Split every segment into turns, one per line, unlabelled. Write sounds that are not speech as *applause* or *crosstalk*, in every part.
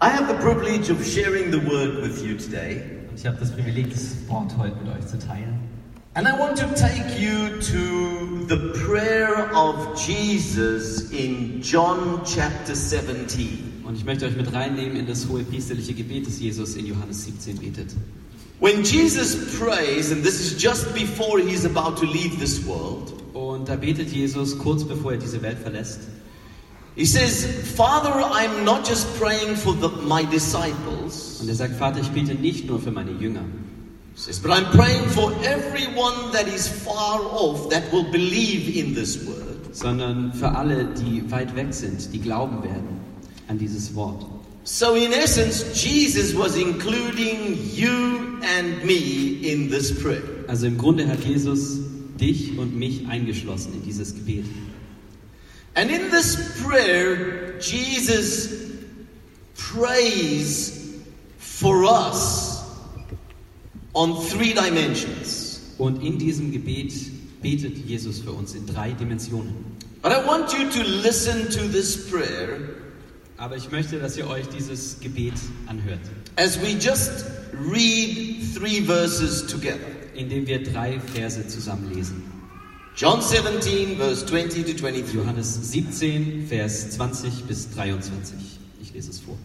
I have the privilege of sharing the word with you today,
Und ich habe das Privileg, das Wort heute mit euch zu teilen.
and I want to take you to the prayer of Jesus in John chapter 17.
Und ich möchte euch mit reinnehmen in das hohe priesterliche Gebet, das Jesus in Johannes 17 betet.
When Jesus prays, and this is just before he's about to leave this world,
Und da betet Jesus kurz bevor er diese Welt verlässt.
he says, Father, I'm not just praying for the, my disciples,
Und er sagt, Vater, ich bete nicht nur für meine Jünger,
he says, but I'm praying for everyone that is far off that will believe in this word.
sondern für alle, die weit weg sind, die glauben werden an dieses Wort.
So, in essence, Jesus was including you and me in this prayer.
Also im Grunde hat Jesus dich und mich eingeschlossen in dieses Gebet.
And in this prayer, Jesus prays for us on three dimensions.
Und in diesem Gebet betet Jesus für uns in drei Dimensionen.
But I want you to listen to this prayer
Aber ich möchte, dass ihr euch dieses Gebet anhört,
as we just read three verses together
indem wir drei Verse zusammenlesen.
John 17, verse 20 to 23.
Johannes 17, Vers 20 bis 23. Ich lese es vor.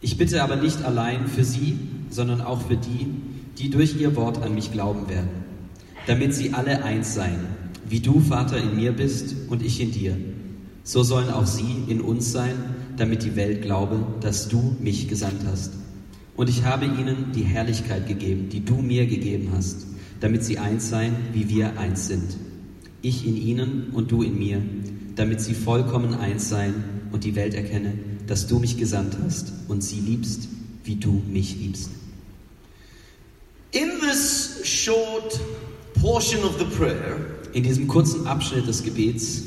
Ich bitte aber nicht allein für sie, sondern auch für die, die durch ihr Wort an mich glauben werden, damit sie alle eins seien, wie du, Vater, in mir bist und ich in dir. So sollen auch sie in uns sein, damit die Welt glaube, dass du mich gesandt hast. Und ich habe ihnen die Herrlichkeit gegeben, die du mir gegeben hast, damit sie eins seien, wie wir eins sind. Ich in ihnen und du in mir, damit sie vollkommen eins seien und die Welt erkenne, dass du mich gesandt hast und sie liebst, wie du mich liebst.
In this short portion of the prayer,
In diesem kurzen Abschnitt des Gebets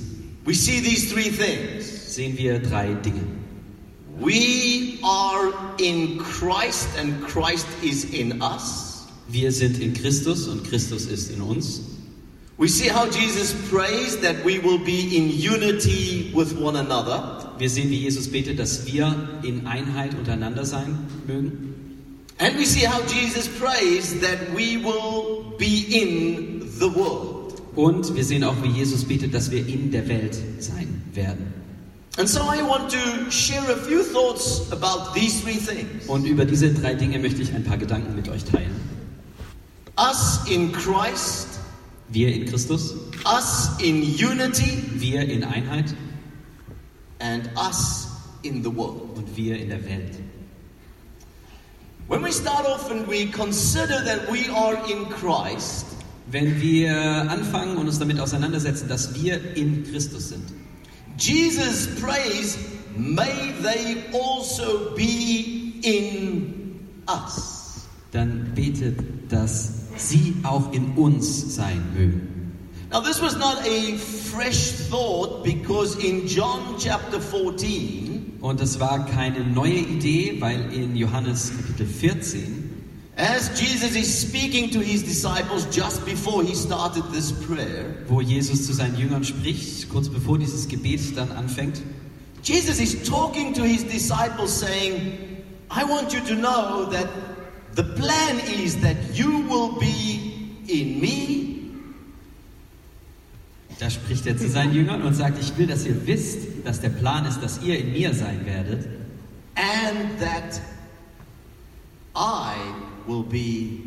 We see these three things.
sehen wir drei Dinge.
We are in Christ and Christ is in us.
Wir sind in Christus und Christus ist in uns.
We see how Jesus prays that we will be in unity with one another.
Wir sehen, wie Jesus betet, dass wir in Einheit untereinander sein mögen.
And we see how Jesus prays that we will be in the world.
Und wir sehen auch, wie Jesus betet, dass wir in der Welt sein werden.
And so I want to share a few thoughts about these three things
Und über diese drei Dinge möchte ich ein paar Gedanken mit euch teilen.
us in Christ,
Wir in Christus,
us in unity,
wir in Einheit
and us in the world.
und wir in der Welt.
When we start off and we consider that we are in Christ,
Wenn wir anfangen und uns damit auseinandersetzen, dass wir in Christus sind,
Jesus prays, may they also be in us.
dann betet, dass sie auch in uns sein mögen.
Now, this was not a fresh thought because in John chapter 14,
Und das war keine neue Idee, weil in Johannes Kapitel 14,
as Jesus is speaking to his disciples just before he started this prayer,
wo Jesus zu seinen Jüngern spricht, kurz bevor dieses Gebet dann anfängt,
Jesus is talking to his disciples saying, I want you to know that the plan is that you will be in me
Da spricht er zu seinen Jüngern und sagt, ich will, dass ihr wisst, dass der Plan ist, dass ihr in mir sein werdet
and that I will be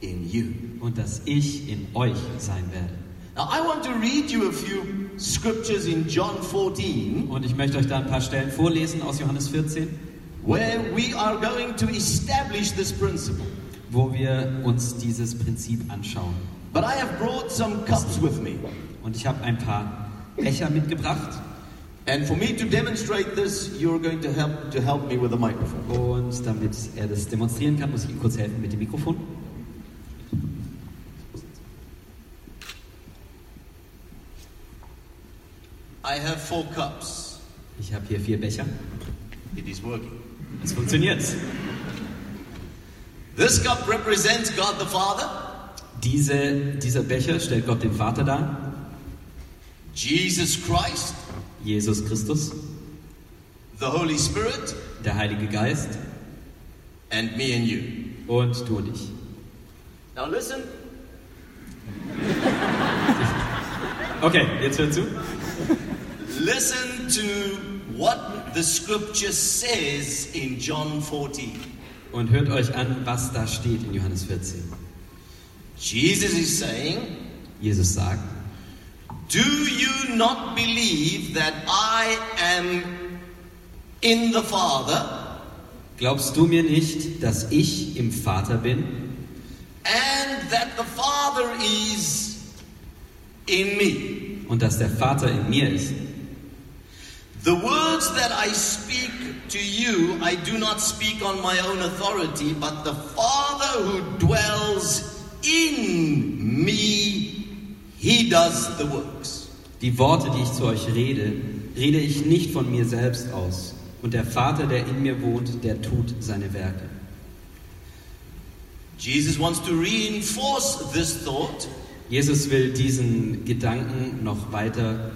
in you.
und dass ich in euch sein werde.
Now, I want to read you a few scriptures in John 14
Und ich möchte euch da ein paar Stellen vorlesen aus Johannes 14,
where we are going to establish this principle.
wo wir uns dieses Prinzip anschauen.
But I have brought some cups with me.
Und ich habe ein paar Becher mitgebracht
And for me to demonstrate this, you're going to help to help me with the microphone.
und damit er das demonstrieren kann, muss ich ihm kurz helfen mit dem Mikrofon.
I have four cups.
Ich habe hier vier Becher.
It is working.
Es funktioniert.
This cup represents God the Father,
Diese, dieser Becher stellt Gott den Vater dar,
Jesus Christ,
Jesus Christus,
the Holy Spirit,
der Heilige Geist
and me and you.
und du und ich.
Now listen,
Okay, jetzt hör zu.
listen to what the scripture says in John 14.
Und hört euch an, was da steht in Johannes 14.
Jesus is saying,
Jesus sagt,
Do you not believe that I am in the Father
glaubst du mir nicht, dass ich im Vater bin
and that the Father is in me?
und dass der Vater in mir ist?
The words that I speak to you, I do not speak on my own authority, but the Father who dwells in me, he does the works.
Die Worte, die ich zu euch rede, rede ich nicht von mir selbst aus. Und der Vater, der in mir wohnt, der tut seine Werke.
Jesus wants to reinforce this thought
Jesus will diesen Gedanken noch weiter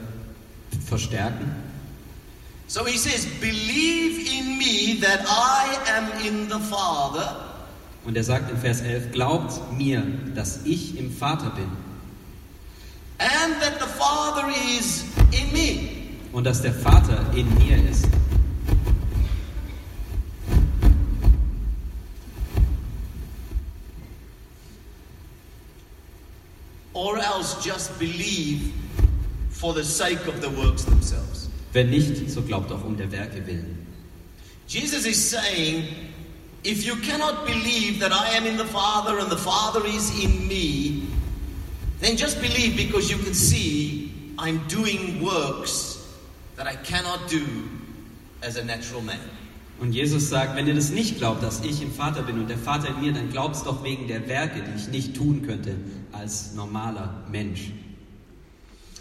verstärken.
So he says, Believe in me that I am in the Father
Und er sagt in Vers 11, glaubt mir, dass ich im Vater bin
and that the Father is in me.
und dass der Vater in mir ist.
Or else just believe for the sake of the works themselves.
Wenn nicht, so glaubt auch um der Werke willen.
Jesus is saying, If you cannot believe that I am in the Father and the Father is in me, then just believe because you can see I'm doing works that I cannot do as a natural man.
Und Jesus sagt, wenn ihr das nicht glaubt, dass ich im Vater bin und der Vater in mir, dann glaubt es doch wegen der Werke, die ich nicht tun könnte als normaler Mensch.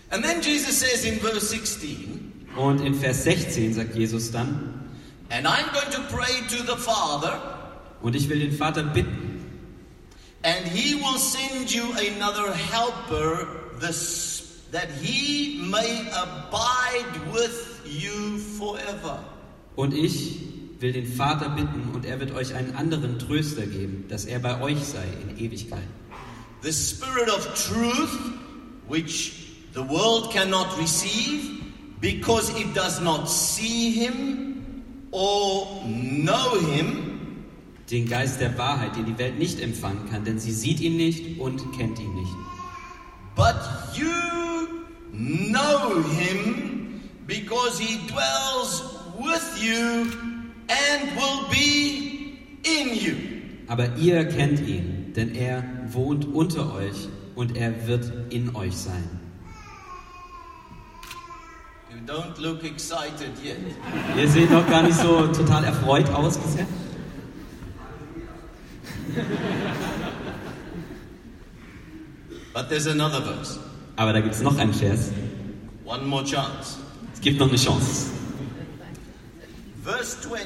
And then Jesus says in verse 16,
Und in Vers 16 sagt Jesus dann,
And I'm going to pray to the Father,
und ich will den Vater bitten,
and He will send you another helper, the, S- that He may abide with you forever.
und ich will den Vater bitten, und er wird euch einen anderen Tröster geben, dass er bei euch sei in Ewigkeit.
The Spirit of truth, which the world cannot receive, because it does not see Him or know Him,
Den Geist der Wahrheit, den die Welt nicht empfangen kann, denn sie sieht ihn nicht und kennt ihn nicht.
but you know Him because He dwells with you and will be in you.
Aber ihr kennt ihn, denn er wohnt unter euch und er wird in euch sein.
You don't look excited yet.
Ihr seht noch gar nicht so total erfreut aus bisher.
But there's another verse.
Aber da gibt es noch einen Vers.
One more chance.
Es gibt noch eine Chance.
Verse 20,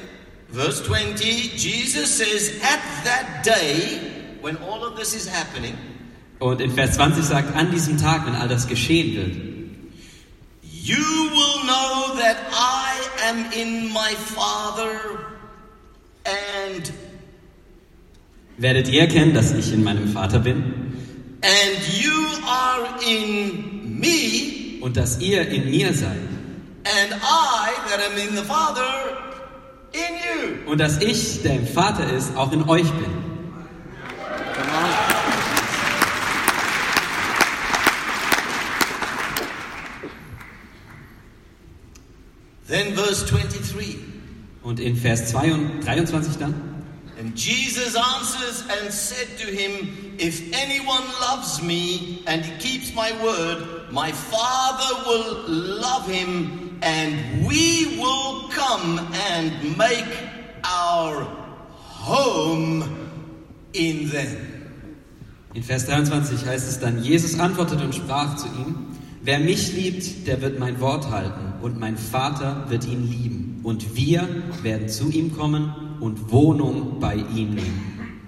verse 20 Jesus says, At that day, when all of this is happening,
Und in Vers 20 sagt, an diesem Tag, wenn all das geschehen wird,
you will know that I am in my Father and
werdet ihr erkennen, dass ich in meinem Vater bin
and you are in me
und dass ihr in mir seid
and I that am in the Father in you.
und dass ich, der im Vater ist, auch in euch bin.
Then verse 23.
Und in Vers 22, 23 dann,
And Jesus answers and said to him, If anyone loves me and he keeps my word, my Father will love him, and we will come and make our home in them.
in Vers 23 heißt es dann, Jesus antwortete und sprach zu ihm, wer mich liebt, der wird mein Wort halten und mein Vater wird ihn lieben und wir werden zu ihm kommen und Wohnung bei ihm nehmen.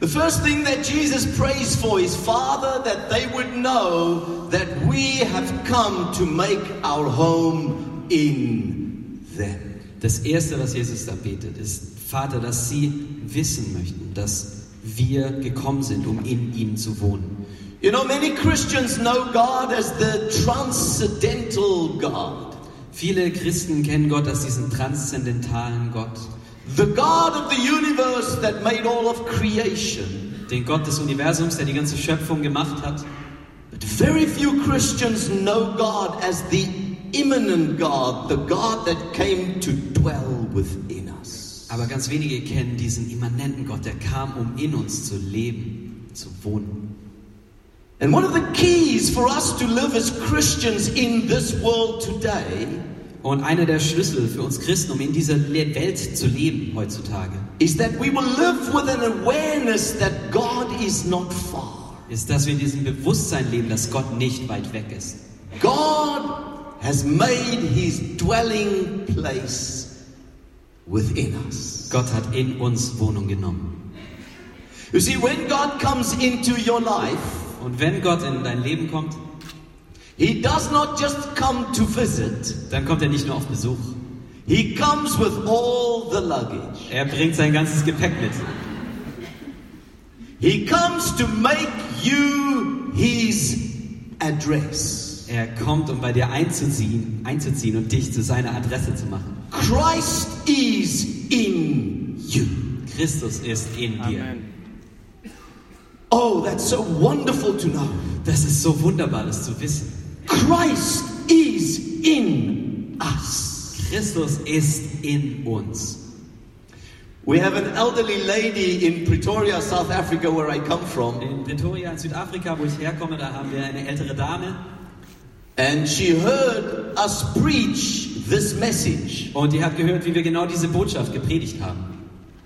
The first thing that Jesus prays for is, Father, that they would know that we have come to make our home in them.
Das Erste, was Jesus da betet, ist, Vater, dass sie wissen möchten, dass wir gekommen sind, um in ihnen zu wohnen.
You know, many Christians know God as the transcendental God,
Viele Christen kennen Gott als diesen transzendentalen Gott,
the God of the universe that made all of creation.
den Gott des Universums, der die ganze Schöpfung gemacht hat.
But very few Christians know God as the immanent God, the God that came to dwell within us.
Aber ganz wenige kennen diesen immanenten Gott, der kam, um in uns zu leben, zu wohnen.
And one of the keys for us to live as Christians in this world today
Und einer der Schlüssel für uns Christen, um in dieser Le- Welt zu leben heutzutage,
is that we will live with an awareness that God is not far.
ist, dass wir in diesem Bewusstsein leben, dass Gott nicht weit weg ist.
God has made his dwelling place within us.
Gott hat in uns Wohnung genommen.
You see, when God comes into your life,
Und wenn Gott in dein Leben kommt,
he does not just come to visit,
dann kommt er nicht nur auf Besuch.
he comes with all the luggage.
Er bringt sein ganzes Gepäck mit.
He comes to make you his address.
Er kommt, um bei dir einzuziehen, einzuziehen und dich zu seiner Adresse zu machen.
Christ is in you.
Christus ist in dir.
Oh, that's so wonderful to know.
Das ist so wunderbar, das zu wissen.
Christ is in us.
Christus ist in uns.
We have an elderly lady in Pretoria, South Africa, where I come from,
In Pretoria in Südafrika, wo ich herkomme, da haben wir eine ältere Dame
and she heard us preach this message.
und die hat gehört, wie wir genau diese Botschaft gepredigt haben.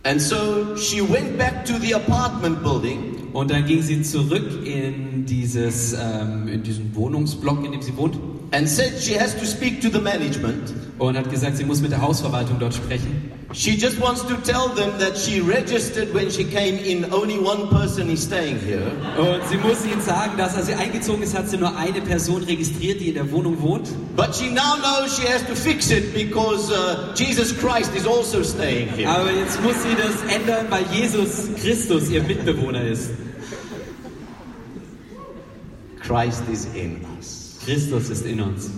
And so she went back to the apartment building
Und dann ging sie zurück in dieses, ähm, in diesen Wohnungsblock, in dem sie wohnt
and said she has to speak to the management.
und hat gesagt, sie muss mit der Hausverwaltung dort sprechen.
She just wants to tell them that she registered when she came in, only one person is staying here.
Und sie muss ihnen sagen, dass als sie eingezogen ist, hat sie nur eine Person registriert, die in der Wohnung wohnt.
But she now knows she has to fix it because uh, Jesus Christ is also staying here.
Aber jetzt muss sie das ändern, weil Jesus Christus ihr Mitbewohner ist.
Christ is in us.
Christus ist in uns.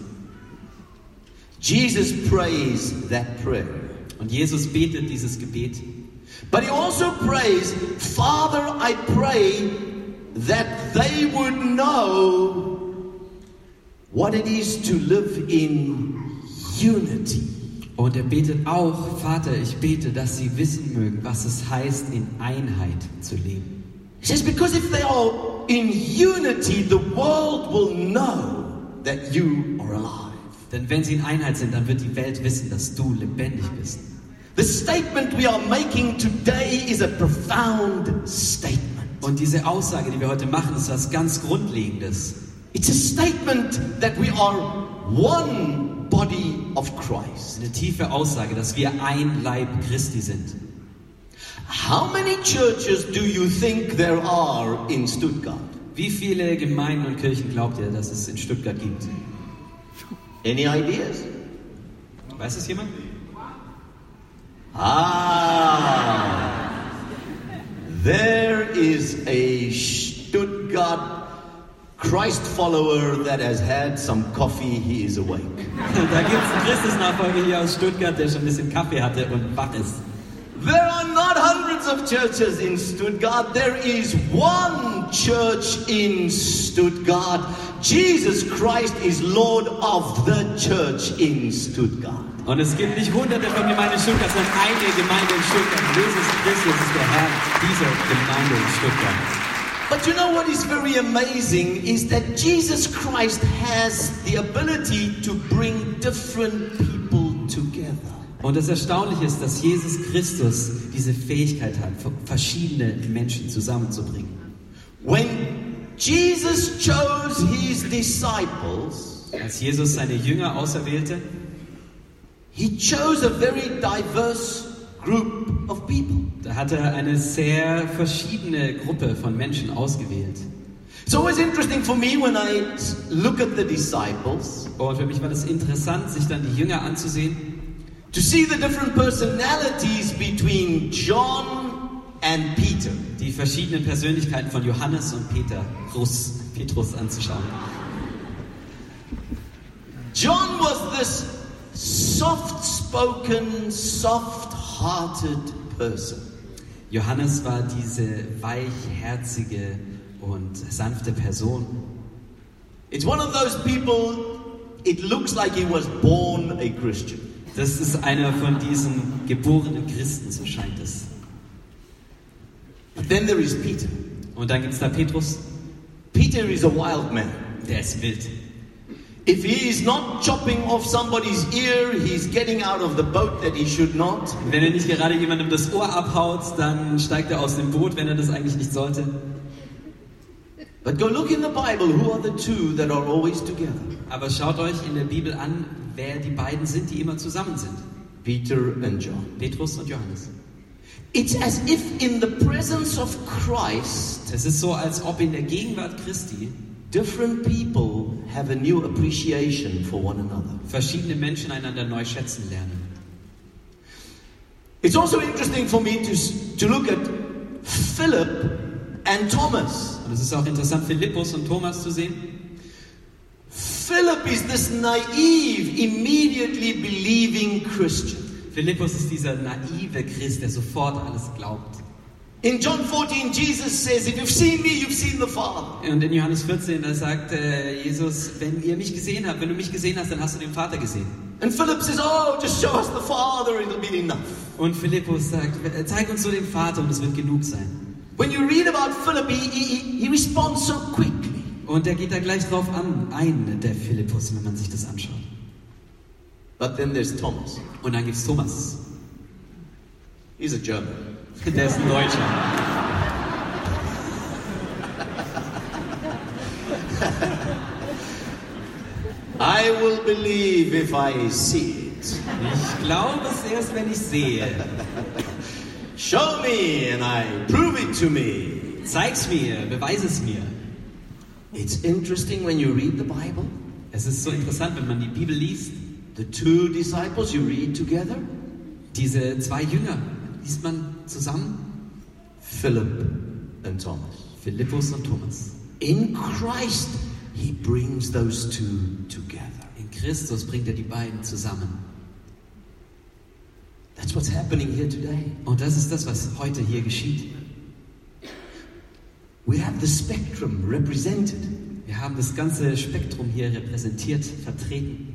Jesus prays that prayer.
Und Jesus betet dieses Gebet.
But he also prays, Father, I pray that they would know what it is to live in unity.
Und er betet auch, Vater, ich bete, dass sie wissen mögen, was es heißt, in Einheit zu leben.
He says, because if they are in unity, the world will know that you are alive.
Denn wenn sie in Einheit sind, dann wird die Welt wissen, dass du lebendig bist.
The statement we are making today is a profound statement.
Und diese Aussage, die wir heute machen, ist was ganz Grundlegendes.
It's a statement that we are one body of Christ.
Eine tiefe Aussage, dass wir ein Leib Christi sind.
How many churches do you think there are in Stuttgart?
Wie viele Gemeinden und Kirchen glaubt ihr, dass es in Stuttgart gibt?
Any ideas?
Weiß es jemand? *laughs*
Ah, there is a Stuttgart Christ follower that has had some coffee, he is awake.
Da gibt es einen Christusnachfolger hier aus Stuttgart, der schon ein bisschen Kaffee hatte und wach ist.
There are not hundreds of churches in Stuttgart. There is one church in Stuttgart. Jesus Christ is Lord of the church in Stuttgart.
Und es gibt nicht hunderte von Gemeinden in Stuttgart, sondern eine Gemeinde in Stuttgart. Jesus Christus ist der Herr dieser Gemeinde in Stuttgart.
But you know what is very amazing is that Jesus Christ has the ability to bring different people together.
Und das Erstaunliche ist, dass Jesus Christus diese Fähigkeit hat, verschiedene Menschen zusammenzubringen.
When Jesus chose his disciples,
Als Jesus seine Jünger auserwählte,
he chose a very diverse group of people.
da hat er eine sehr verschiedene Gruppe von Menschen ausgewählt.
It's always interesting for me when I s- look at the disciples
Und für mich war das interessant, sich dann die Jünger anzusehen
to see the different personalities between John and Peter.
die verschiedenen Persönlichkeiten von Johannes und Peter, Rus, Petrus anzuschauen.
John was this soft spoken, soft hearted person.
Johannes war diese weichherzige und sanfte Person.
It's one of those people, it looks like he was born a Christian.
Das ist einer von diesen geborenen Christen, so scheint es.
But then there is Peter.
Und dann gibt es da Petrus,
Peter is a wild man.
der ist wild.
If he is not chopping off somebody's ear, he's getting out of the boat that he should not.
Wenn er nicht gerade jemandem das Ohr abhaut, dann steigt er aus dem Boot, wenn er das eigentlich nicht sollte.
But go look in the Bible who are the two that are always together
Aber schaut euch in der Bibel an, wer die beiden sind, die immer zusammen sind.
Peter and John.
Petrus und Johannes.
It's as if in the presence of Christ,
Es ist so, als ob in der Gegenwart Christi
different people have a new appreciation for one another.
verschiedene Menschen einander neu schätzen lernen.
It's also interesting for me to, s- to look at Philip and Thomas.
Und es ist auch interessant, Philippus und Thomas zu sehen.
Philip is this naive, immediately believing Christian.
Philippus ist dieser naive Christ, der sofort alles glaubt.
In John 14, Jesus says, If you've seen me, you've seen the Father.
Und in Johannes 14, da sagt äh, Jesus, wenn ihr mich gesehen habt, wenn du mich gesehen hast, dann hast du den Vater gesehen.
And Philip says, Oh, just show us the Father, it'll be enough.
Und Philippus sagt, äh, zeig uns so den Vater und es wird genug sein.
When you read about Philip, he, he, he- he responds so quickly.
Und er geht da gleich drauf an, ein, der Philippus, wenn man sich das anschaut.
But then there's Thomas.
Und dann gibt's Thomas.
He's a German.
Der ist ein Deutscher.
I will believe if I see it.
Ich glaube es erst, wenn ich sehe.
Show me and I prove it to me.
Zeig's mir, beweis es mir.
It's interesting when you read the Bible.
Es ist so interessant, wenn man die Bibel liest.
The two disciples you read together
Diese zwei Jünger liest man zusammen.
Philip and Thomas.
Philippus und Thomas.
In Christ, he brings those two together.
In Christus bringt er die beiden zusammen.
That's what's happening here today.
Und das ist das, was heute hier geschieht.
We have the spectrum represented.
Wir haben das ganze Spektrum hier repräsentiert, vertreten.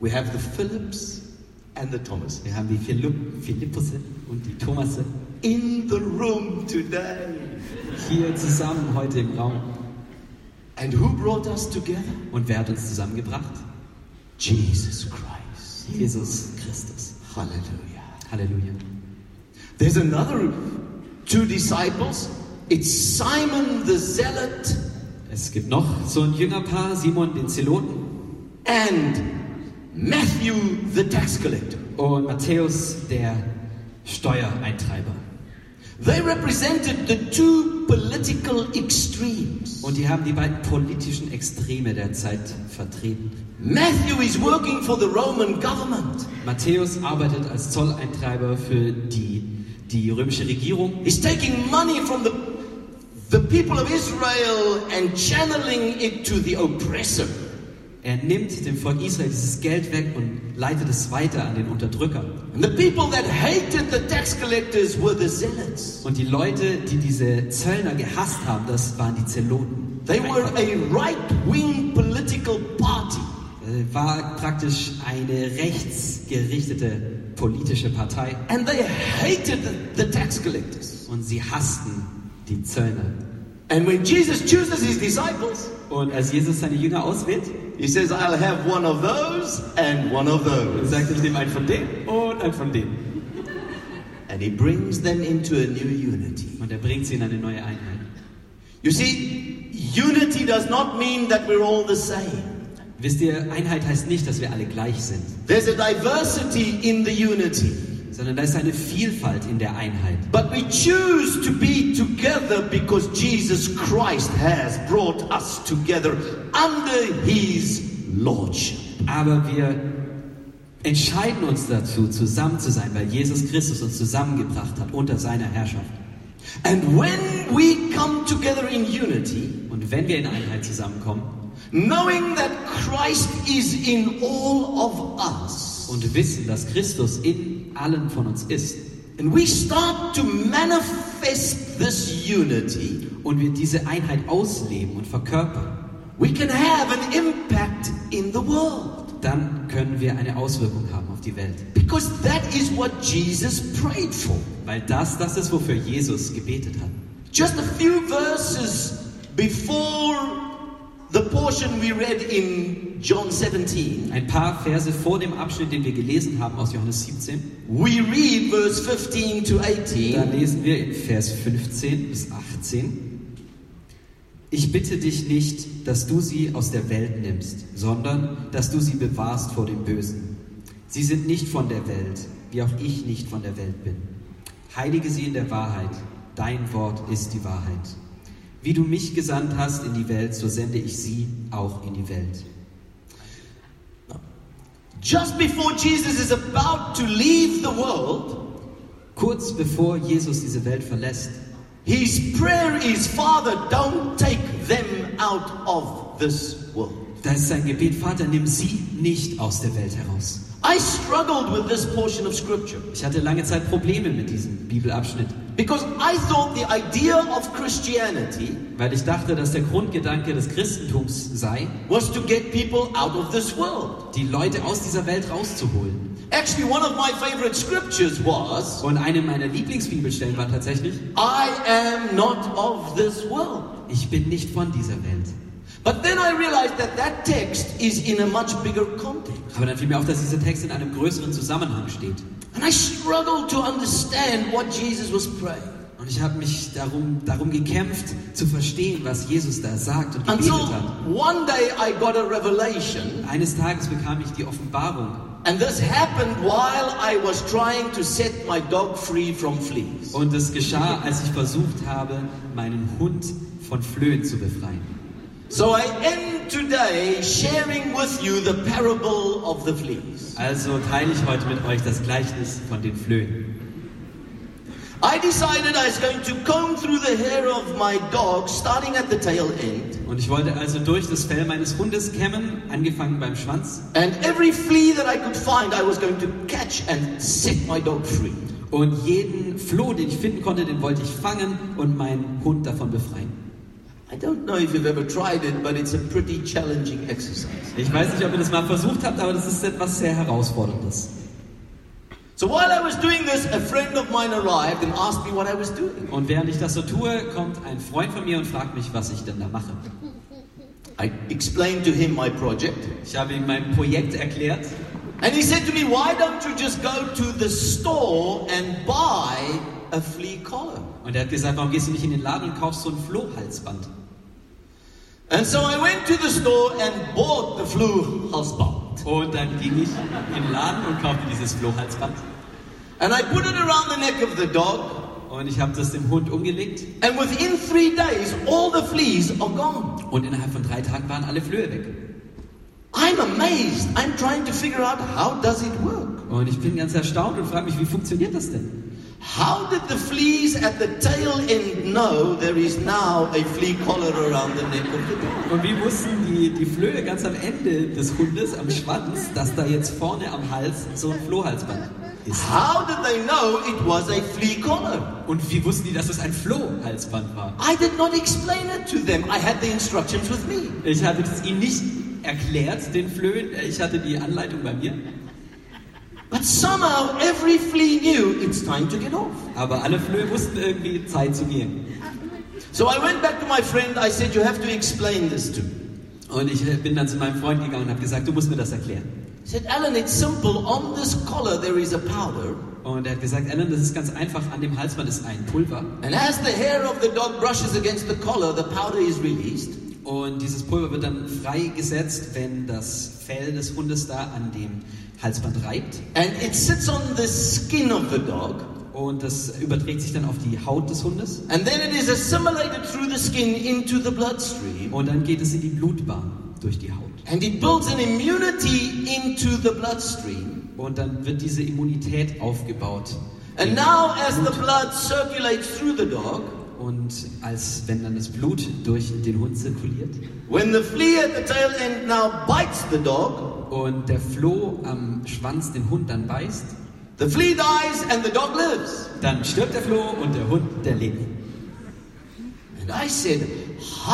We have the Philips and the Thomas
Wir haben die Philipp Philippusse und die Thomasse
in the room today.
hier zusammen heute im Raum.
And who brought us together?
Und wer hat uns zusammengebracht?
Jesus Christ.
Jesus Christus.
Hallelujah.
Halleluja.
There's another two disciples. It's Simon the Zealot
Es gibt noch so ein Jüngerpaar, Simon den Zeloten
and Matthew the tax collector.
und Matthäus der Steuereintreiber.
They represented the two political extremes.
Und die haben die beiden politischen Extreme der Zeit vertreten.
Matthew is working for the Roman government.
Matthäus arbeitet als Zolleintreiber für die, die römische Regierung.
He's taking money from the, the people of Israel and channeling it to the oppressor.
Er nimmt dem Volk Israel dieses Geld weg und leitet es weiter an den Unterdrücker.
And the people that hated the tax collectors were the zealots.
Und die Leute, die diese Zöllner gehasst haben, das waren die Zeloten.
They were
Einfach.
a right wing political party.
Äh, war praktisch eine rechtsgerichtete politische Partei
And they hated the, the tax collectors.
und sie hassten die Zöllner.
And when Jesus chooses his disciples,
Und als Jesus seine Jünger auswählt,
he says, I'll have one of those and one of those.
sagt er, ich nehme einen von dem und einen von dem.
And he brings them into a new unity.
Und er bringt sie in eine neue Einheit.
You see, unity does not mean that we're all the same.
Wisst ihr, Einheit heißt nicht, dass wir alle gleich sind,
There's a diversity in the unity.
sondern da ist eine Vielfalt in der Einheit.
But we choose to be together because Jesus Christ has brought us together under his lordship.
Aber wir entscheiden uns dazu, zusammen zu sein, weil Jesus Christus uns zusammengebracht hat unter seiner Herrschaft.
And when we come together in unity,
Und wenn wir in Einheit zusammenkommen
knowing that Christ is in all of us,
und wissen, dass Christus in allen von uns ist
and we start to manifest this unity,
und wir diese Einheit ausleben und verkörpern,
we can have an impact in the world.
dann können wir eine Auswirkung haben auf die Welt.
Because that is what Jesus prayed for.
Weil das das ist, wofür Jesus gebetet hat.
Just a few verses before the portion we read in John 17,
Ein paar Verse vor dem Abschnitt, den wir gelesen haben aus Johannes 17,
we read verse 15 to
da
18.
lesen wir in Vers 15 bis 18. Ich bitte dich nicht, dass du sie aus der Welt nimmst, sondern dass du sie bewahrst vor dem Bösen. Sie sind nicht von der Welt, wie auch ich nicht von der Welt bin. Heilige sie in der Wahrheit. Dein Wort ist die Wahrheit. Wie du mich gesandt hast in die Welt, so sende ich sie auch in die Welt.
Just before Jesus is about to leave the world,
Kurz bevor Jesus diese Welt verlässt,
his prayer is, Father, don't take them out of this world.
da ist sein Gebet, Vater, nimm sie nicht aus der Welt heraus.
I struggled with this portion of scripture
Ich hatte lange Zeit Probleme mit diesem Bibelabschnitt,
because I thought the idea of Christianity
weil ich dachte, dass der Grundgedanke des Christentums sei,
was to get people out of this world.
die Leute aus dieser Welt rauszuholen.
Actually, one of my favorite scriptures was,
Und eine meiner Lieblingsbibelstellen war tatsächlich,
I am not of this world.
ich bin nicht von dieser Welt.
But then I realized that that text is in a much bigger context.
Aber dann fiel mir auf, dass dieser Text in einem größeren Zusammenhang steht.
And I struggled to understand what Jesus was praying
Und ich habe mich darum, darum gekämpft, zu verstehen, was Jesus da sagt und gebetet
until
hat.
one day I got a revelation.
Eines Tages bekam ich die Offenbarung.
And this happened while I was trying to set my dog free from fleas.
Und es geschah, als ich versucht habe, meinen Hund von Flöhen zu befreien.
So I end today sharing with you the parable of the fleas.
Also teile ich heute mit euch das Gleichnis von den Flöhen.
I decided I was going to comb through the hair of my dog, starting at the tail end.
Und ich wollte also durch das Fell meines Hundes kämmen, angefangen beim Schwanz.
And every flea that I could find, I was going to catch and set my dog free.
Und jeden Floh, den ich finden konnte, den wollte ich fangen und meinen Hund davon befreien.
I don't know if you've ever tried it, but it's a pretty challenging exercise.
Ich weiß nicht, ob ihr das mal versucht habt, aber das ist etwas sehr Herausforderndes.
So while I was doing this, a friend of mine arrived and asked me what I was doing.
Und während ich das so tue, kommt ein Freund von mir und fragt mich, was ich denn da mache.
I explained to him my project,
Ich habe ihm mein Projekt erklärt
and he said to me, Why don't you just go to the store and buy a flea collar?
Und er hat gesagt, warum gehst du nicht in den Laden und kaufst so ein Flohhalsband?
And so I went to the store and bought the flea husband.
Und dann ging ich in den Laden und kaufte dieses Flohhalsband.
And I put it around the neck of the dog,
Und ich habe das dem Hund umgelegt.
and within three days, all the fleas are gone.
Und innerhalb von drei Tagen waren alle Flöhe weg.
I'm amazed. I'm trying to figure out how does it work?
Und ich bin ganz erstaunt und frage mich, wie funktioniert das denn?
How did the fleas at the tail end know there is now a flea collar around the neck of the dog?
Und wie wussten die, die Flöhe ganz am Ende des Hundes, am Schwanz, dass da jetzt vorne am Hals so ein Flohhalsband ist?
How did they know it was a flea collar?
Und wie wussten die, dass es ein Flohhalsband war?
I did not explain it to them. I had the instructions with me.
Ich hatte das ihnen nicht erklärt, den Flöhen. Ich hatte die Anleitung bei mir.
But somehow every flea knew it's time to get off.
Aber alle Flöhe wussten irgendwie, Zeit zu gehen.
So I went back to my friend. I said, You have to explain this to me.
Und ich äh, bin dann zu meinem Freund gegangen und habe gesagt, du musst mir das erklären.
He said, Alan, it's simple. On this collar, there is a powder.
Und er hat gesagt, Alan, das ist ganz einfach, an dem Halsband ist ein Pulver.
And as the hair of the dog brushes against the collar, the powder is released.
Und dieses Pulver wird dann freigesetzt, wenn das Fell des Hundes da an dem Halsband reibt.
And it sits on the skin of the dog.
Und das überträgt sich dann auf die Haut des Hundes.
And then it is assimilated through the skin into the bloodstream.
Und dann geht es in die Blutbahn durch die Haut.
And it builds an immunity into the bloodstream.
Und dann wird diese Immunität aufgebaut.
And now, as the blood circulates through the dog,
Und als wenn dann das Blut durch den Hund zirkuliert
when the flea at the tail end now bites the dog,
und der Floh am Schwanz den Hund dann beißt,
the flea dies and the dog lives.
dann stirbt der Floh und der Hund, der lebt.
And I said,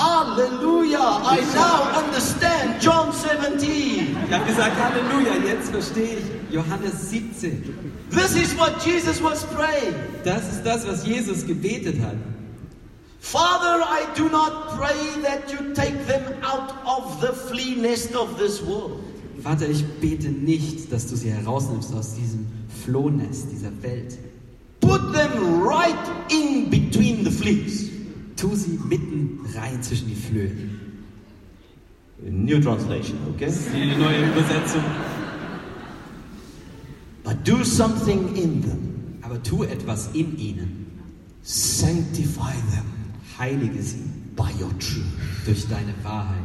Hallelujah, I now understand John 17.
Ich habe gesagt, Halleluja, jetzt verstehe ich. Johannes 17.
This is what Jesus was praying.
Das ist das, was Jesus gebetet hat.
Father, I do not pray that you take them out of the flea nest of this world.
Vater, ich bete nicht, dass du sie herausnimmst aus diesem Flohnest dieser Welt.
Put them right in between the fleas.
Tu sie mitten rein zwischen die Flöhe.
New translation, okay?
Die neue Übersetzung.
But do something in them,
Aber tu etwas in ihnen.
sanctify them
Heilige sie
by your truth.
durch deine Wahrheit.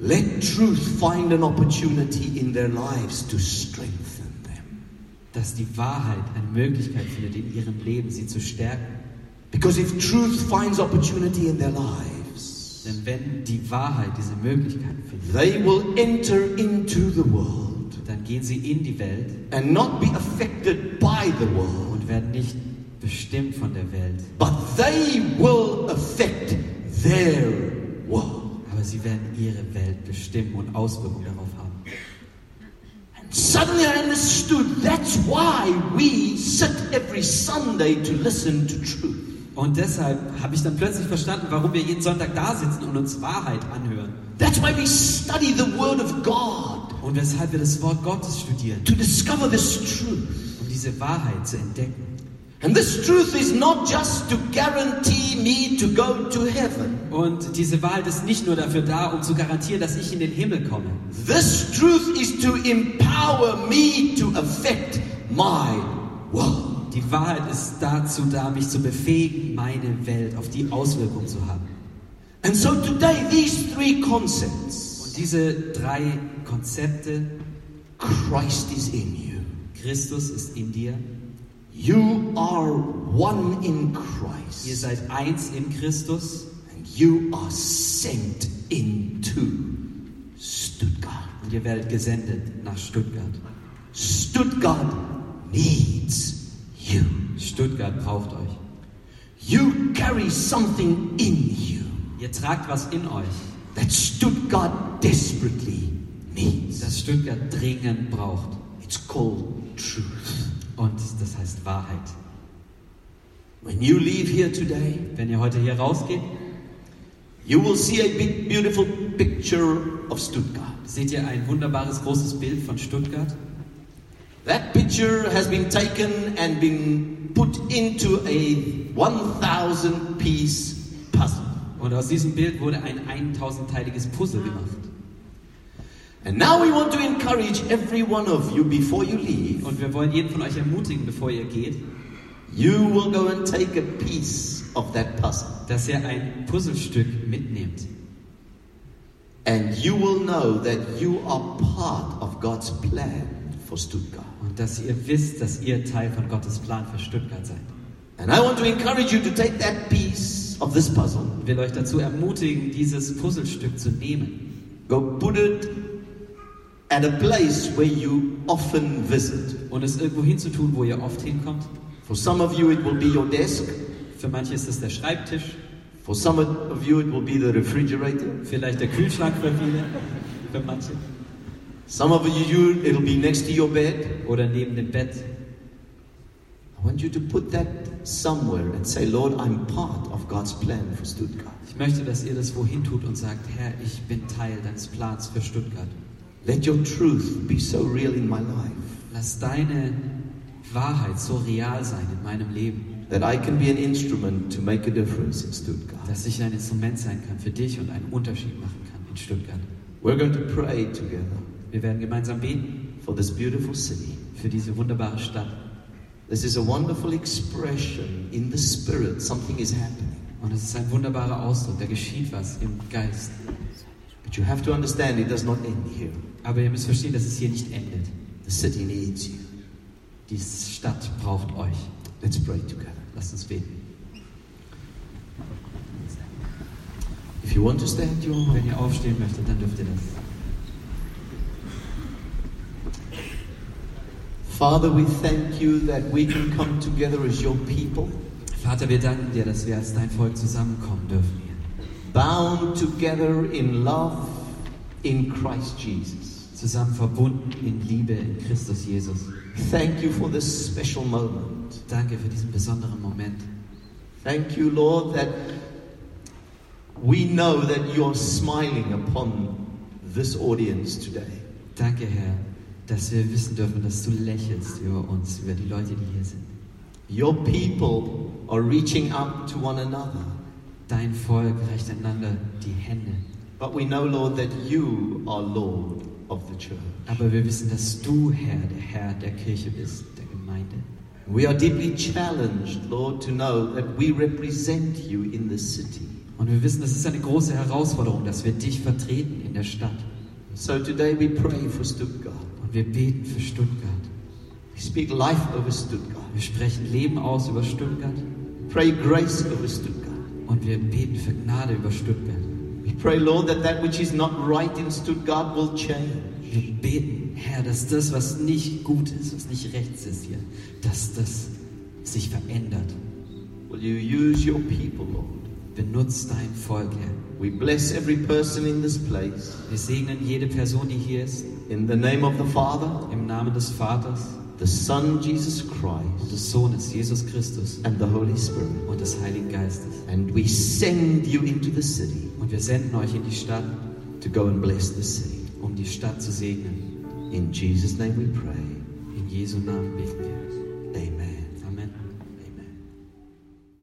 Let truth find an opportunity in their lives to strengthen them.
Dass die Wahrheit eine Möglichkeit findet, in ihrem Leben sie zu stärken.
Because if truth finds opportunity in their lives,
Denn wenn die Wahrheit diese Möglichkeit findet,
they will enter into the world
dann gehen sie in die Welt
and not be affected by the world,
und werden nicht bestimmt von der Welt,
but they will affect their world.
aber sie werden ihre Welt bestimmen und Auswirkungen darauf haben.
And suddenly I understood that's why we sit every Sunday to listen to truth.
Und deshalb habe ich dann plötzlich verstanden, warum wir jeden Sonntag da sitzen und uns Wahrheit anhören
That's why we study the Word of God
und weshalb wir das Wort Gottes studieren,
to discover this truth.
um diese Wahrheit zu entdecken.
And this truth is not just to guarantee me to go to heaven.
Und diese Wahrheit ist nicht nur dafür da, um zu garantieren, dass ich in den Himmel komme,
This truth is to empower me to affect my world.
Die Wahrheit ist dazu da, mich zu befähigen, meine Welt auf die Auswirkung zu haben.
And so today, these three concepts
Und diese drei Konzepte,
Christ is in you,
Christus ist in dir,
you are one in
ihr
Christ,
seid eins in Christus
and you are sent into Stuttgart.
und ihr werdet gesendet nach Stuttgart.
Stuttgart needs you.
Stuttgart braucht euch.
You carry something in you
Ihr tragt was in euch,
that Stuttgart desperately needs.
das Stuttgart dringend braucht.
It's called truth.
Und das heißt Wahrheit.
When you leave here today,
Wenn ihr heute hier rausgeht,
you will see a big, beautiful picture of Stuttgart.
seht ihr ein wunderbares großes Bild von Stuttgart.
That picture has been taken and been put into a 1,000 piece puzzle.
Und aus diesem Bild wurde ein 1000-teiliges Puzzle gemacht.
And now we want to encourage every one of you before you leave,
Und wir wollen jeden von euch ermutigen, bevor ihr geht,
you will go and take a piece of that puzzle.
dass ihr ein Puzzlestück mitnehmt.
And you will know that you are part of God's plan for Stuttgart.
Und dass ihr wisst, dass ihr Teil von Gottes Plan für Stuttgart seid.
And I want to encourage you to take that piece of this puzzle
Ich will euch dazu ermutigen, dieses Puzzlestück zu nehmen
Go put it at a place where you often visit.
und es irgendwo hinzutun, wo ihr oft hinkommt.
For some of you, it will be your desk.
Für manche ist es der Schreibtisch,
For some of you, it will be the refrigerator.
vielleicht der Kühlschrank für viele, für manche.
Some of you, it'll be next to your bed.
Oder neben dem Bett.
I want you to put that somewhere and say, Lord, I'm part of God's plan for Stuttgart.
Ich möchte, dass ihr das wohin tut und sagt, Herr, ich bin Teil deines Plans für Stuttgart.
Let your truth be so real in my life
Lass deine Wahrheit so real sein in meinem Leben.
that I can be an instrument to make a difference in Stuttgart.
dass ich ein Instrument sein kann für dich und einen Unterschied machen kann in Stuttgart.
We're going to pray together
Wir werden gemeinsam beten
for this beautiful city.
für diese wunderbare Stadt.
This is a wonderful expression in the spirit, something is happening.
Und es ist ein wunderbarer Ausdruck, da geschieht was im Geist.
But you have to understand it does not end here.
Aber ihr müsst verstehen, dass es hier nicht endet. The city needs you. Die Stadt braucht euch. Let's pray together. Lasst uns beten. If you want to stand, you wenn ihr aufstehen möchtet, dann dürft ihr das.
Father, we thank you that we can come together as your people,
Vater, wir danken dir, dass wir als dein Volk zusammenkommen dürfen hier.
bound together in love in Christ Jesus.
Zusammen verbunden in Liebe in Christus Jesus.
Thank you for this special moment.
Danke für diesen besonderen Moment.
Thank you, Lord, that we know that you're smiling upon this audience today.
Danke, Herr, dass wir wissen dürfen, dass du lächelst über uns, über die Leute, die hier sind.
Your people are reaching out to one another,
Dein Volk reicht einander die Hände.
but we know, Lord, that you are Lord of the church.
Aber wir wissen, dass du, Herr, der Herr der Kirche bist, der Gemeinde.
We are deeply challenged, Lord, to know that we represent you in the city.
Und wir wissen, das ist eine große Herausforderung, dass wir dich vertreten in der Stadt.
So today we pray for Stuttgart.
Und wir beten für Stuttgart.
We speak life over Stuttgart.
Wir sprechen Leben aus über Stuttgart
Pray grace over Stuttgart.
und wir beten für Gnade über Stuttgart.
We pray, Lord, that that which is not right in Stuttgart will change.
Wir beten, Herr, dass das, was nicht gut ist, was nicht rechts ist hier, dass das sich verändert.
Will you use your people, Lord?
Benutzt dein Volk, Herr.
We bless every person in this place.
Wir segnen jede Person, die hier ist,
In the name of the Father,
im Namen des Vaters
the Son, Jesus
und
Christ,
des Sohnes Jesus Christus
and the Holy Spirit.
und des Heiligen Geistes.
And we send you into the city
Und wir senden euch in die Stadt,
to go and bless the city.
um die Stadt zu segnen.
In Jesus' name we pray.
In Jesu Namen beten wir.